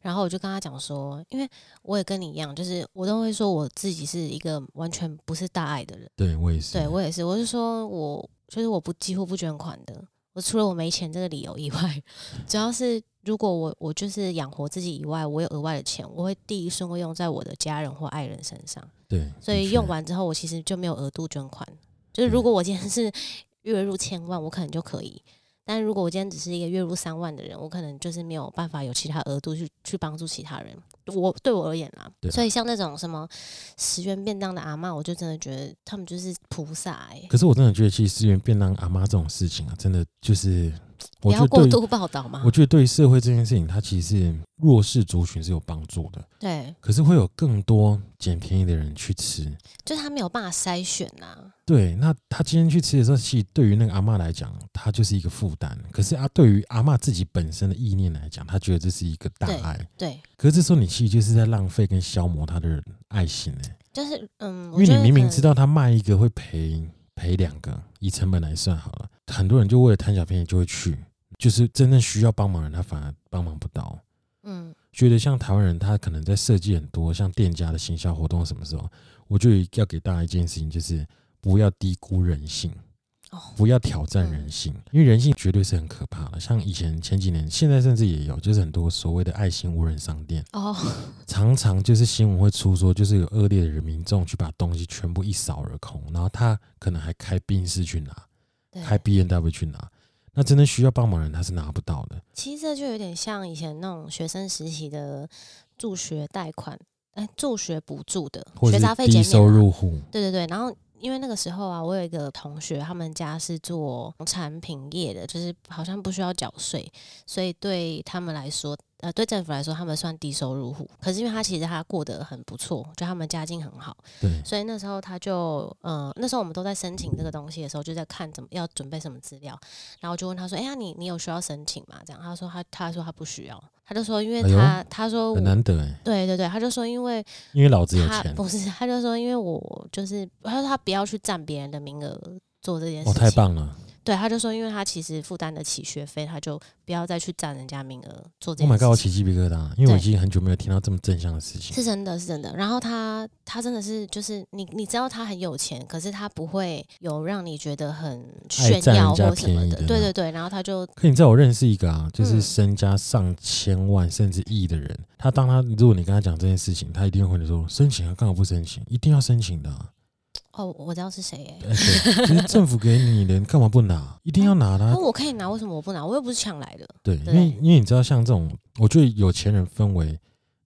Speaker 2: 然后我就跟他讲说，因为我也跟你一样，就是我都会说我自己是一个完全不是大爱的人，
Speaker 3: 对我也是，
Speaker 2: 对我也是，我是说我就是我不几乎不捐款的，我除了我没钱这个理由以外， [LAUGHS] 主要是如果我我就是养活自己以外，我有额外的钱，我会第一顺位用在我的家人或爱人身上。
Speaker 3: 对，
Speaker 2: 所
Speaker 3: 的
Speaker 2: 以
Speaker 3: 确
Speaker 2: 用完之后，我其实就没有额度捐款。就是如
Speaker 3: 对
Speaker 2: 果我今天是 [LAUGHS] 月入千万，我可能就可以；但如果我今天只是一个月入三万的人，我可能就是没有办法有其他额度去去帮助其他人。我对我而言啦，
Speaker 3: 对啊
Speaker 2: 所以像那种什么十元便当的阿嬷，我就真的觉得他们就是菩萨哎、
Speaker 3: 可是我真的觉得，其实资源便当阿妈这种事情啊，真的就是，
Speaker 2: 不
Speaker 3: 我觉
Speaker 2: 要
Speaker 3: 得
Speaker 2: 过
Speaker 3: 对于，
Speaker 2: 度啊报道嘛
Speaker 3: 我。觉得对于社会这件事情，它其实是弱势族群是有帮助的。
Speaker 2: 对，
Speaker 3: 可是会有更多捡便宜的人去吃。
Speaker 2: 就是他没有办法筛选啊呐、
Speaker 3: 对，那他今天去吃的时候，其实对于那个阿嬷来讲，他就是一个负担。可是啊，对于阿嬷自己本身的意念来讲，他觉得这是一个大
Speaker 2: 对
Speaker 3: 爱。
Speaker 2: 对，
Speaker 3: 可是这时候你其实就是在浪费跟消磨他的爱心欸呢、
Speaker 2: 就是嗯，
Speaker 3: 因为你明明知道他卖一个会赔赔两个，以成本来算好了，很多人就为了贪小便宜就会去，就是真正需要帮忙的人他反而帮忙不到。
Speaker 2: 嗯
Speaker 3: 觉得像台湾人，他可能在设计很多像店家的行销活动什么时候，我就要给大家一件事情，就是不要低估人性。
Speaker 2: 哦
Speaker 3: 不要挑战人性，因为人性绝对是很可怕的。像以前前几年，现在甚至也有，就是很多所谓的爱心无人商店，
Speaker 2: 哦
Speaker 3: 常常就是新闻会出说，就是有恶劣的人民众去把东西全部一扫而空，然后他可能还开宾士去拿，
Speaker 2: 对，
Speaker 3: 开 B N W 去拿，那真的需要帮忙的人他是拿不到的。
Speaker 2: 其实这就有点像以前那种学生时期的助学贷款，哎、助学补助的
Speaker 3: 或者
Speaker 2: 学杂
Speaker 3: 是
Speaker 2: 费减免、
Speaker 3: 低
Speaker 2: 啊
Speaker 3: 收，入户，
Speaker 2: 对对对。然后因为那个时候啊，我有一个同学，他们家是做产品业的，就是好像不需要缴税，所以对他们来说，呃，对政府来说，他们算低收入户。可是因为他其实他过得很不错，就他们家境很好，
Speaker 3: 对
Speaker 2: 所以那时候他就，呃，那时候我们都在申请这个东西的时候，就在看怎么要准备什么资料，然后就问他说：“哎、呀，你你有需要申请吗？”这样，他说他他说他不需要，他就说因为
Speaker 3: 哎呦
Speaker 2: 他、他说我
Speaker 3: 很难得哎，
Speaker 2: 对对对，他就说因为
Speaker 3: 因为老子有
Speaker 2: 他
Speaker 3: 钱
Speaker 2: 不是，他就说因为我就是他说他不要去占别人的名额做这件事
Speaker 3: 哦，
Speaker 2: 情，
Speaker 3: 太棒了
Speaker 2: 对，他就说因为他其实负担得起学费，他就不要再去占人家名额做这件
Speaker 3: ！Oh my
Speaker 2: 事
Speaker 3: god，
Speaker 2: 情。
Speaker 3: 我起鸡皮疙瘩，因为
Speaker 2: 对
Speaker 3: 我已经很久没有听到这么正向的事情。
Speaker 2: 是真的，是真的。然后他他真的是就是你你知道他很有钱，可是他不会有让你觉得很炫
Speaker 3: 占人
Speaker 2: 耀
Speaker 3: 家
Speaker 2: 或什么
Speaker 3: 便宜
Speaker 2: 的。
Speaker 3: 的
Speaker 2: 对对
Speaker 3: 那
Speaker 2: 对，然后他就
Speaker 3: 可你知道我认识一个啊，就是
Speaker 2: 嗯
Speaker 3: 身家上千万甚至亿的人，他当他如果你跟他讲这件事情，他一定会回你说申请啊，干嘛不申请？一定要申请的、啊，
Speaker 2: 哦，我知道是谁耶、
Speaker 3: 哎对，就是政府给你的，你干嘛不拿？一定要拿的啊、
Speaker 2: 那、哦我可以拿，为什么我不拿？我又不是抢来的。
Speaker 3: 对，因
Speaker 2: 对
Speaker 3: 为因为你知道，像这种，我觉得有钱人分为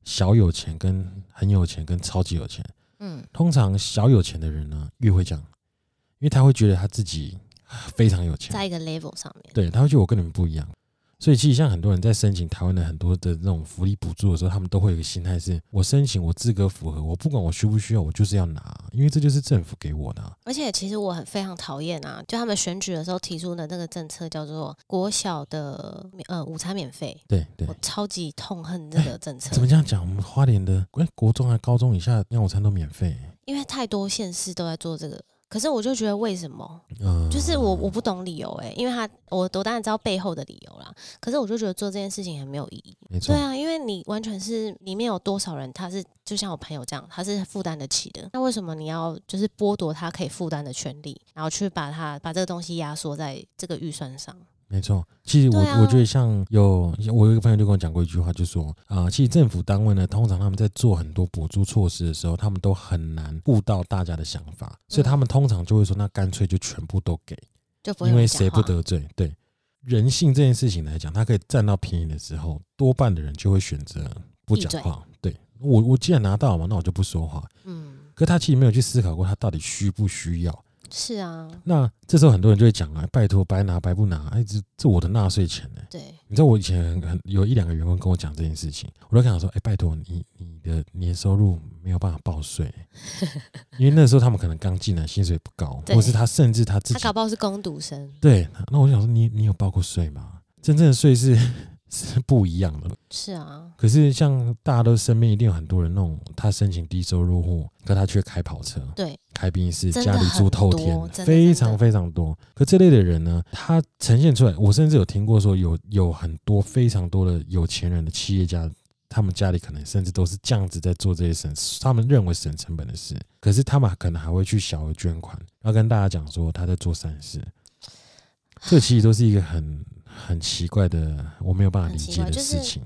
Speaker 3: 小有钱、跟很有钱、跟超级有钱。
Speaker 2: 嗯，
Speaker 3: 通常小有钱的人呢，越会讲，因为他会觉得他自己啊非常有钱，
Speaker 2: 在一个 level 上面。
Speaker 3: 对，他会觉得我跟你们不一样。所以其实像很多人在申请台湾的很多的那种福利补助的时候，他们都会有一个心态是：我申请，我资格符合，我不管我需不需要，我就是要拿，因为这就是政府给我的啊、
Speaker 2: 而且其实我很非常讨厌啊，就他们选举的时候提出的那个政策叫做国小的呃午餐免费，
Speaker 3: 对对
Speaker 2: 我，超级痛恨这个政策
Speaker 3: 哎怎，么这样讲？我们花莲的哎，国中还高中以下营午餐都免费，
Speaker 2: 因为太多县市都在做这个。可是我就觉得为什么？
Speaker 3: 嗯、
Speaker 2: 就是我我不懂理由哎、因为他我我当然知道背后的理由啦，可是我就觉得做这件事情很没有意义。
Speaker 3: 没错
Speaker 2: 对，啊，因为你完全是里面有多少人，他是就像我朋友这样，他是负担得起的。那为什么你要就是剥夺他可以负担的权利，然后去把他把这个东西压缩在这个预算上？
Speaker 3: 没错，其实我、
Speaker 2: 对啊
Speaker 3: 我觉得像有我有一个朋友就跟我讲过一句话，就说啊、呃其实政府单位呢，通常他们在做很多补助措施的时候，他们都很难顾到大家的想法，
Speaker 2: 嗯
Speaker 3: 所以他们通常就会说，那干脆就全部都给，
Speaker 2: 就不会
Speaker 3: 因
Speaker 2: 有
Speaker 3: 为
Speaker 2: 人讲
Speaker 3: 谁不
Speaker 2: 话
Speaker 3: 得罪？对，人性这件事情来讲，他可以占到便宜的时候，多半的人就会选择不
Speaker 2: 闭
Speaker 3: 讲
Speaker 2: 嘴
Speaker 3: 话。对我，我既然拿到了嘛，那我就不说话。
Speaker 2: 嗯，
Speaker 3: 可他其实没有去思考过，他到底需不需要。
Speaker 2: 是啊，
Speaker 3: 那这时候很多人就会讲啊，拜托白拿白不拿，哎，这这我的纳税钱呢、
Speaker 2: 对，
Speaker 3: 你知道我以前很很有一两个员工跟我讲这件事情，我都跟他说：“哎、拜托你，你的年收入没有办法
Speaker 2: [LAUGHS]
Speaker 3: 报税，因为那时候他们可能刚进来，薪水不高，
Speaker 2: 对
Speaker 3: 或是他甚至他自
Speaker 2: 他
Speaker 3: 己
Speaker 2: 搞不好是攻读生，
Speaker 3: 对。那我就想说，你你有报过税吗？真正的税是是不一样的。
Speaker 2: 是啊，
Speaker 3: 可是像大家都身边一定有很多人那种，他申请低收入户，可他却开跑车，
Speaker 2: 对，
Speaker 3: 开宾士，
Speaker 2: 真
Speaker 3: 家
Speaker 2: 的
Speaker 3: 里住透天
Speaker 2: 很多，真的
Speaker 3: 非常
Speaker 2: 真的
Speaker 3: 非常多。可这类的人呢，他呈现出来，我甚至有听过说有有很多非常多的有钱人的企业家，他们家里可能甚至都是这样子在做这些省，他们认为省成本的事，可是他们可能还会去小额捐款，然后跟大家讲说他在做善事。这其实都是一个很很奇怪的，我没有办法理
Speaker 2: 很奇
Speaker 3: 解
Speaker 2: 怪
Speaker 3: 的
Speaker 2: 就是
Speaker 3: 事情。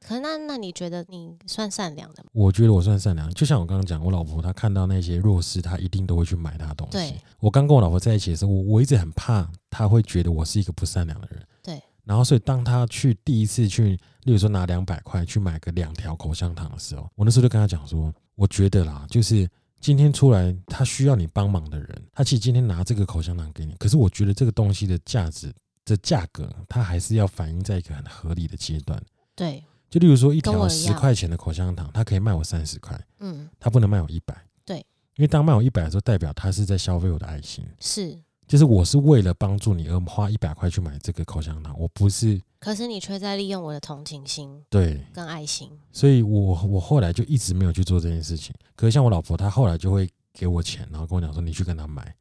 Speaker 2: 可那那你觉得你算善良的吗？
Speaker 3: 我觉得我算善良，就像我刚刚讲，我老婆她看到那些弱势，她一定都会去买她的东西
Speaker 2: 对。
Speaker 3: 我刚跟我老婆在一起的时候，我我一直很怕她会觉得我是一个不善良的人。
Speaker 2: 对。
Speaker 3: 然后，所以当她去第一次去，例如说拿两百块去买个两条口香糖的时候，我那时候就跟她讲说，我觉得啦，就是今天出来他需要你帮忙的人，他其实今天拿这个口香糖给你，可是我觉得这个东西的价值的价格，它还是要反映在一个很合理的阶段。
Speaker 2: 对，
Speaker 3: 就例如说一
Speaker 2: 跟
Speaker 3: 条
Speaker 2: 我一
Speaker 3: 十
Speaker 2: 样
Speaker 3: 块钱的口香糖，它可以卖我三十块。
Speaker 2: 嗯，
Speaker 3: 他不能卖我一百。
Speaker 2: 对
Speaker 3: 因为当卖我一百的时候，代表他是在消费我的爱心，
Speaker 2: 是，
Speaker 3: 就是我是为了帮助你而花一百块去买这个口香糖，我不是
Speaker 2: 可是你却在利用我的同情心
Speaker 3: 对，
Speaker 2: 跟爱心，
Speaker 3: 所以我我后来就一直没有去做这件事情。可是像我老婆，她后来就会给我钱，然后跟我讲说你去跟她买。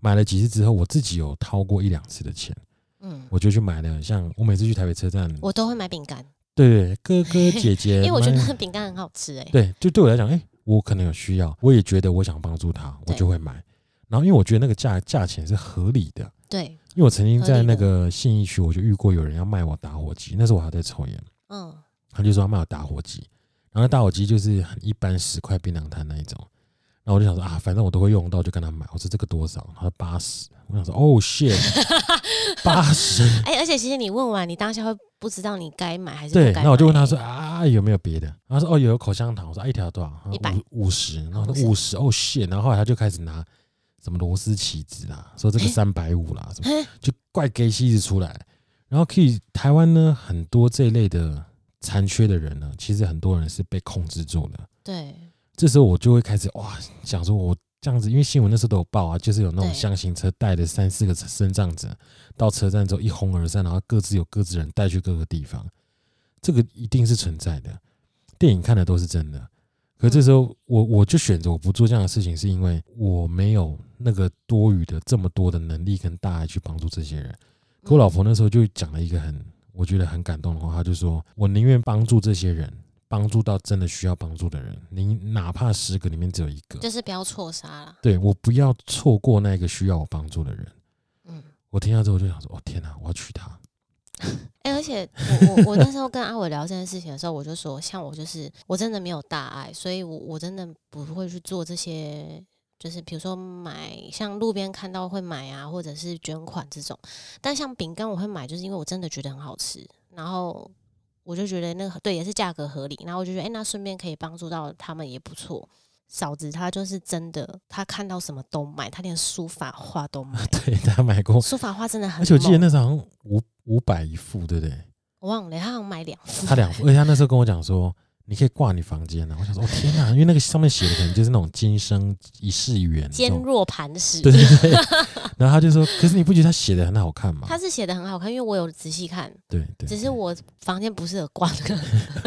Speaker 3: 买了几次之后，我自己有掏过一两次的钱，
Speaker 2: 嗯，
Speaker 3: 我就去买了。像我每次去台北车站，
Speaker 2: 我都会买饼干，
Speaker 3: 对哥哥姐姐，
Speaker 2: [LAUGHS] 因为我觉
Speaker 3: 买
Speaker 2: 得饼干很好吃哎、
Speaker 3: 对，就对我来讲，哎、我可能有需要，我也觉得我想帮助他，我
Speaker 2: 对
Speaker 3: 就会买。然后因为我觉得那个价价钱是合理的，
Speaker 2: 对，
Speaker 3: 因为我曾经在
Speaker 2: 合理
Speaker 3: 那
Speaker 2: 的
Speaker 3: 个信义区，我就遇过有人要卖我打火机，那时候我还在抽烟，
Speaker 2: 嗯，
Speaker 3: 他就说要卖我打火机，然后那打火机就是很一般十块槟榔摊那一种。然后我就想说啊，反正我都会用到，就跟他买。我说这个多少？他说八十。我想说哦 shit，八十。
Speaker 2: 哎、而且其实你问完，你当下会不知道你该买还是
Speaker 3: 对，
Speaker 2: 不该
Speaker 3: 然后我就问他
Speaker 2: 买
Speaker 3: [LAUGHS] 说啊有没有别的？然后他说哦有口香糖，我说、啊、一条多少？他说
Speaker 2: 100
Speaker 3: 五五十，然后他说五十哦 shit，然后后来他就开始拿什么螺丝起子啦，说这个
Speaker 2: 诶
Speaker 3: 三百五啦，什么
Speaker 2: 嘿
Speaker 3: 就怪给西子出来。然后可以台湾呢很多这一类的残缺的人呢，其实很多人是被控制住的。
Speaker 2: 对
Speaker 3: 这时候我就会开始哇想说我。这样子，因为新闻那时候都有报啊，就是有那种
Speaker 2: 对
Speaker 3: 箱型车带着三四个身障者到车站之后一哄而散，然后各自有各自人带去各个地方，这个一定是存在的。电影看的都是真的，可这时候我我就选择我不做这样的事情，是因为我没有那个多余的这么多的能力跟大爱去帮助这些人。可我老婆那时候就讲了一个很我觉得很感动的话，她就说：“我宁愿帮助这些人，帮助到真的需要帮助的人，您哪怕十个里面只有一个，
Speaker 2: 就是不要错杀啦，
Speaker 3: 对我不要错过那个需要我帮助的人。
Speaker 2: 嗯。
Speaker 3: 我听到之后我就想说，哦天哪、我要娶她。 [LAUGHS]
Speaker 2: 哎、而且我我我那时候跟阿伟聊这件事情的时候，我就说，像我就是我真的没有大爱，所以我我真的不会去做这些，就是比如说买像路边看到会买啊，或者是捐款这种。但像饼干我会买，就是因为我真的觉得很好吃，然后我就觉得那个对也是价格合理，然后我就觉得哎、那顺便可以帮助到他们也不错。嫂子她就是真的，她看到什么都买，她连书法画都买
Speaker 3: [LAUGHS] ，对她买过
Speaker 2: 书法画真的很
Speaker 3: 而且我记得
Speaker 2: 猛
Speaker 3: 那时候好像五五百一副，对不对？
Speaker 2: 我忘了，他好像买两副，
Speaker 3: 他两副，而且他那时候跟我讲说，你可以挂你房间呢、我想说，哦天哪、因为那个上面写的可能就是那种今生一世缘这
Speaker 2: 坚
Speaker 3: 种，
Speaker 2: 若磐石。
Speaker 3: 对对 [LAUGHS] 对。然后他就说，可是你不觉得他写的很好看吗？
Speaker 2: 他是写的很好看，因为我有仔细看，
Speaker 3: 对哦对，
Speaker 2: 只是
Speaker 3: 对
Speaker 2: 我房间不适合挂
Speaker 3: [LAUGHS]
Speaker 2: 那个。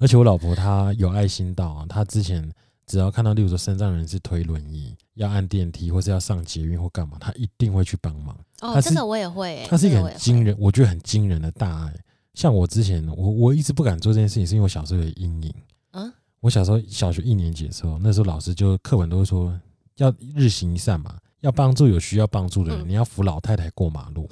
Speaker 3: 而且我老婆她有爱心到啊，她之前只要看到，例如说身障人士推轮椅、要按电梯或是要上捷运或干嘛，她一定会去帮忙。
Speaker 2: 哦，
Speaker 3: 他是
Speaker 2: 这个我也会、欸，
Speaker 3: 她是一
Speaker 2: 这
Speaker 3: 个
Speaker 2: 我也会
Speaker 3: 很惊人，我觉得很惊人的大爱。像我之前，我我一直不敢做这件事情，是因为我小时候有阴影。
Speaker 2: 嗯
Speaker 3: 我小时候小学一年级的时候，那时候老师就课本都会说要日行一善嘛，要帮助有需要帮助的人，
Speaker 2: 嗯
Speaker 3: 你要扶老太太过马路。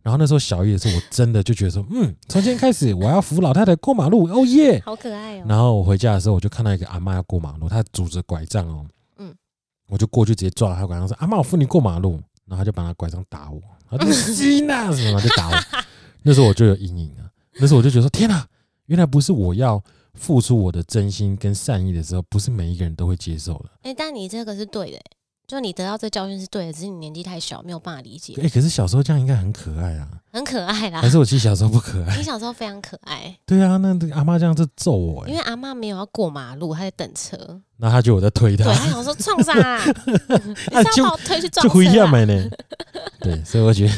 Speaker 3: 然后那时候小一的时候，我真的就觉得说，嗯，从今天开始我要扶老太太过马路，哦耶！
Speaker 2: 好可爱哦、
Speaker 3: 然后我回家的时候，我就看到一个阿妈要过马路，她拄着拐杖哦，嗯
Speaker 2: 嗯，
Speaker 3: 我就过去直接抓了她拐杖说：“阿妈，我扶你过马路。”然后她就把她拐杖打我，她就吸纳什么就打我。 [LAUGHS] 那时候我就有阴影了，啊那时候我就觉得说：“天哪、原来不是我要付出我的真心跟善意的时候，不是每一个人都会接受的。
Speaker 2: 哎、但你这个是对的、欸，就你得到这教训是对的，只是你年纪太小，没有办法理解
Speaker 3: 哎、，可是小时候这样应该很可爱啊，
Speaker 2: 很可爱啦
Speaker 3: 还。是我其实小时候不可爱
Speaker 2: 你？小时候非常可爱，
Speaker 3: 对啊，那那个阿妈这样就揍我、
Speaker 2: 因
Speaker 3: 欸，
Speaker 2: 为阿妈没有要过马路，她在等车，
Speaker 3: 然后她觉得我在推
Speaker 2: 对，
Speaker 3: [LAUGHS] 她，
Speaker 2: 她想说撞啥、啊，你是
Speaker 3: [LAUGHS] 就
Speaker 2: 要把我推去撞
Speaker 3: 就回
Speaker 2: 车、
Speaker 3: 家
Speaker 2: 啊？
Speaker 3: 买 [LAUGHS] 呢。对，所以我觉得，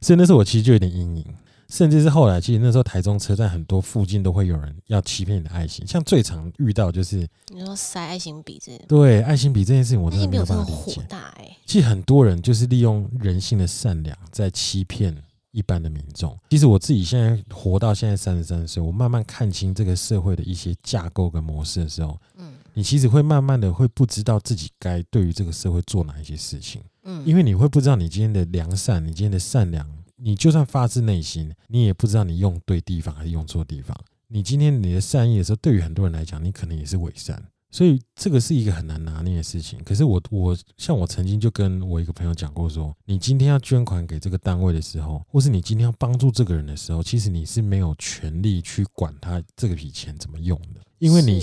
Speaker 3: 所以那时候我其实就有点阴影，甚至是后来，其实那时候台中车站很多附近都会有人要欺骗你的爱心，像最常遇到就是
Speaker 2: 你说塞爱心笔这，
Speaker 3: 对爱心笔这件事情，我
Speaker 2: 爱
Speaker 3: 真的
Speaker 2: 心笔
Speaker 3: 没有
Speaker 2: 我真的
Speaker 3: 办法理
Speaker 2: 火
Speaker 3: 解。
Speaker 2: 大哎、欸，
Speaker 3: 其实很多人就是利用人性的善良在欺骗一般的民众。其实我自己现在活到现在三十三岁，我慢慢看清这个社会的一些架构跟模式的时候，
Speaker 2: 嗯
Speaker 3: 你其实会慢慢的会不知道自己该对于这个社会做哪一些事情。
Speaker 2: 嗯，
Speaker 3: 因为你会不知道你今天的良善，你今天的善良，你就算发自内心，你也不知道你用对地方还是用错地方。你今天你的善意的时候，对于很多人来讲，你可能也是伪善，所以这个是一个很难拿捏的事情。可是我我像我曾经就跟我一个朋友讲过说你今天要捐款给这个单位的时候，或是你今天要帮助这个人的时候，其实你是没有权利去管他这个笔钱怎么用的，因为你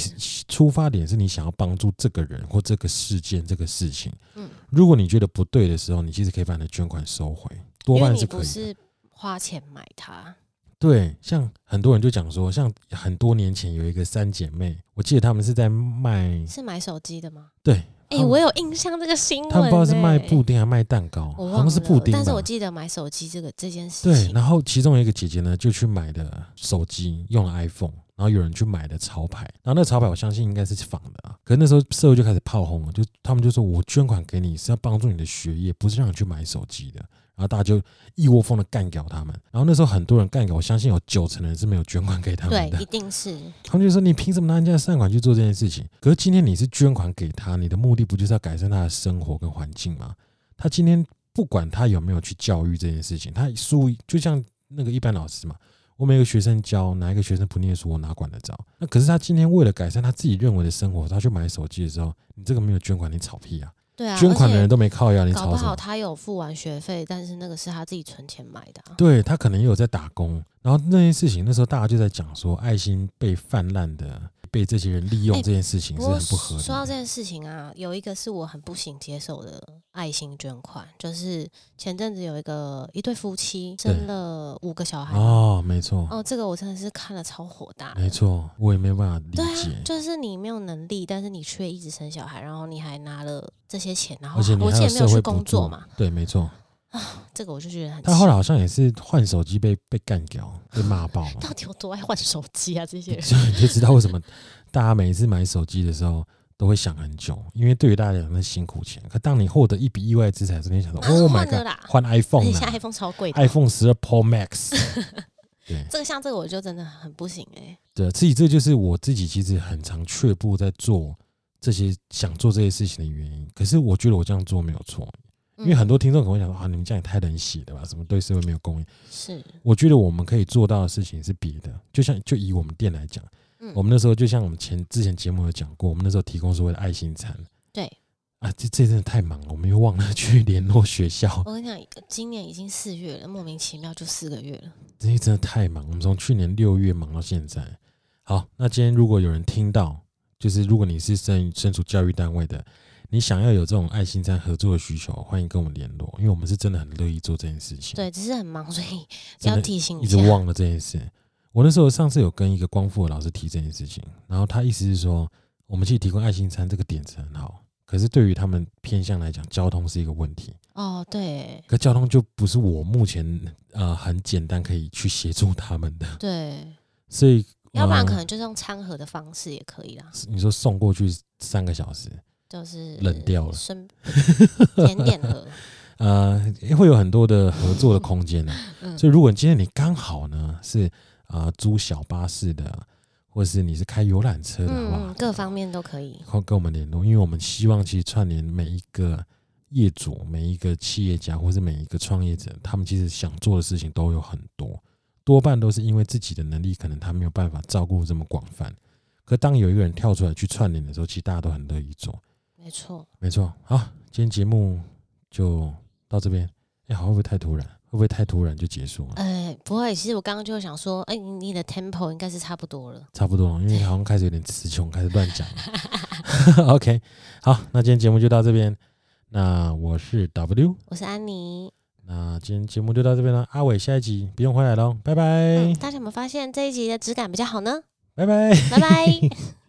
Speaker 3: 出发点是你想要帮助这个人或这个事件这个事情。
Speaker 2: 嗯
Speaker 3: 如果你觉得不对的时候，你其实可以把你的捐款收回，多
Speaker 2: 因为
Speaker 3: 半
Speaker 2: 你
Speaker 3: 可以
Speaker 2: 不
Speaker 3: 的。
Speaker 2: 是花钱买它，
Speaker 3: 对，像很多人就讲说，像很多年前有一个三姐妹，我记得她们是在卖，
Speaker 2: 是买手机的吗？
Speaker 3: 对，
Speaker 2: 哎、
Speaker 3: 她们
Speaker 2: 我有印象这个新闻、欸，
Speaker 3: 她们不知道是卖布，丁还是卖蛋糕，
Speaker 2: 我忘
Speaker 3: 好像
Speaker 2: 了，
Speaker 3: 是布丁
Speaker 2: 但是
Speaker 3: 吧
Speaker 2: 我。记得买手机这个这件事
Speaker 3: 对，
Speaker 2: 情，
Speaker 3: 然后其中有一个姐姐呢，就去买的手机，用了 iPhone，然后有人去买的潮牌，然后那个潮牌我相信应该是仿的啊。可是那时候社会就开始炮轰了，就他们就说我捐款给你是要帮助你的学业，不是让你去买手机的。然后大家就一窝蜂的干掉他们。然后那时候很多人干掉，我相信有九成人是没有捐款给他们
Speaker 2: 对，
Speaker 3: 的
Speaker 2: 一。定是
Speaker 3: 他们就说：“你凭什么拿人家的善款去做这件事情？可是今天你是捐款给他，你的目的不就是要改善他的生活跟环境吗？他今天不管他有没有去教育这件事情，他书就像那个一般老师嘛，我每个学生教，哪一个学生不念书，我哪管得着？那可是他今天为了改善他自己认为的生活，他去买手机的时候，你这个没有捐款，你吵屁啊！
Speaker 2: 对啊，
Speaker 3: 捐款的
Speaker 2: 而且
Speaker 3: 人都没靠呀，你
Speaker 2: 搞不
Speaker 3: 吵什
Speaker 2: 好
Speaker 3: 么？
Speaker 2: 他有付完学费，但是那个是他自己存钱买的、啊。
Speaker 3: 对他可能也有在打工，然后那件事情，那时候大家就在讲说，爱心被泛滥的，被这些人利用
Speaker 2: 哎
Speaker 3: 这件事情是
Speaker 2: 过
Speaker 3: 很不合理的。
Speaker 2: 说到这件事情啊，有一个是我很不行接受的爱心捐款，就是前阵子有一个一对夫妻生了五个小孩，哦
Speaker 3: 哦，没错，
Speaker 2: 这个我真的是看了超火大的，
Speaker 3: 没错，我也没有办法理
Speaker 2: 对
Speaker 3: 解
Speaker 2: 啊，，就是你没有能力，但是你却一直生小孩，然后你还拿了这些钱，然后
Speaker 3: 而且你
Speaker 2: 我
Speaker 3: 还
Speaker 2: 记
Speaker 3: 有
Speaker 2: 得没
Speaker 3: 社
Speaker 2: 有去
Speaker 3: 会补
Speaker 2: 工
Speaker 3: 助
Speaker 2: 作嘛，，
Speaker 3: 对，没错。
Speaker 2: 这个我就觉得很气。
Speaker 3: 他后来好像也是换手机被被干掉，被骂爆了
Speaker 2: [LAUGHS] 到，底有多爱换手机啊？这些
Speaker 3: [LAUGHS]
Speaker 2: 人，
Speaker 3: 所以你就知道为什么大家每一次买手机的时候都会想很久，因为对于大家来讲那是辛苦钱，可当你获得一笔意外之财的时候，你想说
Speaker 2: 马上
Speaker 3: ，Oh my
Speaker 2: 啊换了
Speaker 3: god，
Speaker 2: 啦
Speaker 3: 换
Speaker 2: 而且
Speaker 3: iPhone
Speaker 2: 现在
Speaker 3: 了
Speaker 2: iPhone 超贵的啊
Speaker 3: ，iPhone 十二 Pro Max。对
Speaker 2: [LAUGHS] 这个像这个我就真的很不行哎、欸。
Speaker 3: 对，自己这就是我自己其实很常却步在做这些想做这些事情的原因。可是我觉得我这样做没有错，
Speaker 2: 嗯
Speaker 3: 因为很多听众可能会想说啊，你们这样也太冷血了吧？什么对社会没有公义？
Speaker 2: 是，
Speaker 3: 我觉得我们可以做到的事情是别的，就像就以我们店来讲，
Speaker 2: 嗯
Speaker 3: 我们那时候就像我们前之前节目有讲过，我们那时候提供所谓的爱心餐
Speaker 2: 对
Speaker 3: 啊，这这真的太忙了，我们又忘了去联络学校，
Speaker 2: 我跟你讲，今年已经四月了，莫名其妙就四个月了。
Speaker 3: 这些真的太忙。我们从去年六月忙到现在。好，那今天如果有人听到，就是如果你是身身处教育单位的，你想要有这种爱心餐合作的需求，欢迎跟我们联络，因为我们是真的很乐意做这件事情。
Speaker 2: 对，只是很忙，所以
Speaker 3: 真
Speaker 2: 要
Speaker 3: 的
Speaker 2: 提醒
Speaker 3: 一
Speaker 2: 一
Speaker 3: 直
Speaker 2: 下。
Speaker 3: 忘了这件事。我那时候上次有跟一个光复的老师提这件事情，然后他意思是说，我们其实提供爱心餐这个点子很好，可是对于他们偏向来讲，交通是一个问题。
Speaker 2: 哦，对
Speaker 3: 可交通就不是我目前呃很简单可以去协助他们的，嗯
Speaker 2: 对，
Speaker 3: 所以
Speaker 2: 要不然
Speaker 3: 呃
Speaker 2: 可能就是用餐盒的方式也可以啦，
Speaker 3: 你说送过去三个小时，
Speaker 2: 就是
Speaker 3: 冷掉了
Speaker 2: 生甜点盒，
Speaker 3: 呃，会有很多的合作的空间呢、
Speaker 2: [LAUGHS] 嗯
Speaker 3: 所以如果今天你刚好呢是啊、呃租小巴士的，或是你是开游览车的话，
Speaker 2: 嗯，各方面都可以。
Speaker 3: 跟跟我们联络，因为我们希望其实串联每一个业主、每一个企业家或是每一个创业者，他们其实想做的事情都有很多，多半都是因为自己的能力可能他没有办法照顾这么广泛。可当有一个人跳出来去串联的时候，其实大家都很乐意做。
Speaker 2: 没错，
Speaker 3: 没错，好，今天节目就到这边。哎、好，会不会太突然？会不会太突然就结束了？
Speaker 2: 呃，不会。其实我刚刚就想说，哎、你你的 tempo 应该是差不多了。
Speaker 3: 差不多了，因为好像开始有点词穷，开始乱讲了。OK，好，那今天节目就到这边。那我是 W，
Speaker 2: 我是安妮。
Speaker 3: 那今天节目就到这边了。阿伟下一集不用回来喽，拜拜，
Speaker 2: 嗯嗯，大家有没有发现这一集的质感比较好呢？
Speaker 3: 拜拜。
Speaker 2: 拜拜。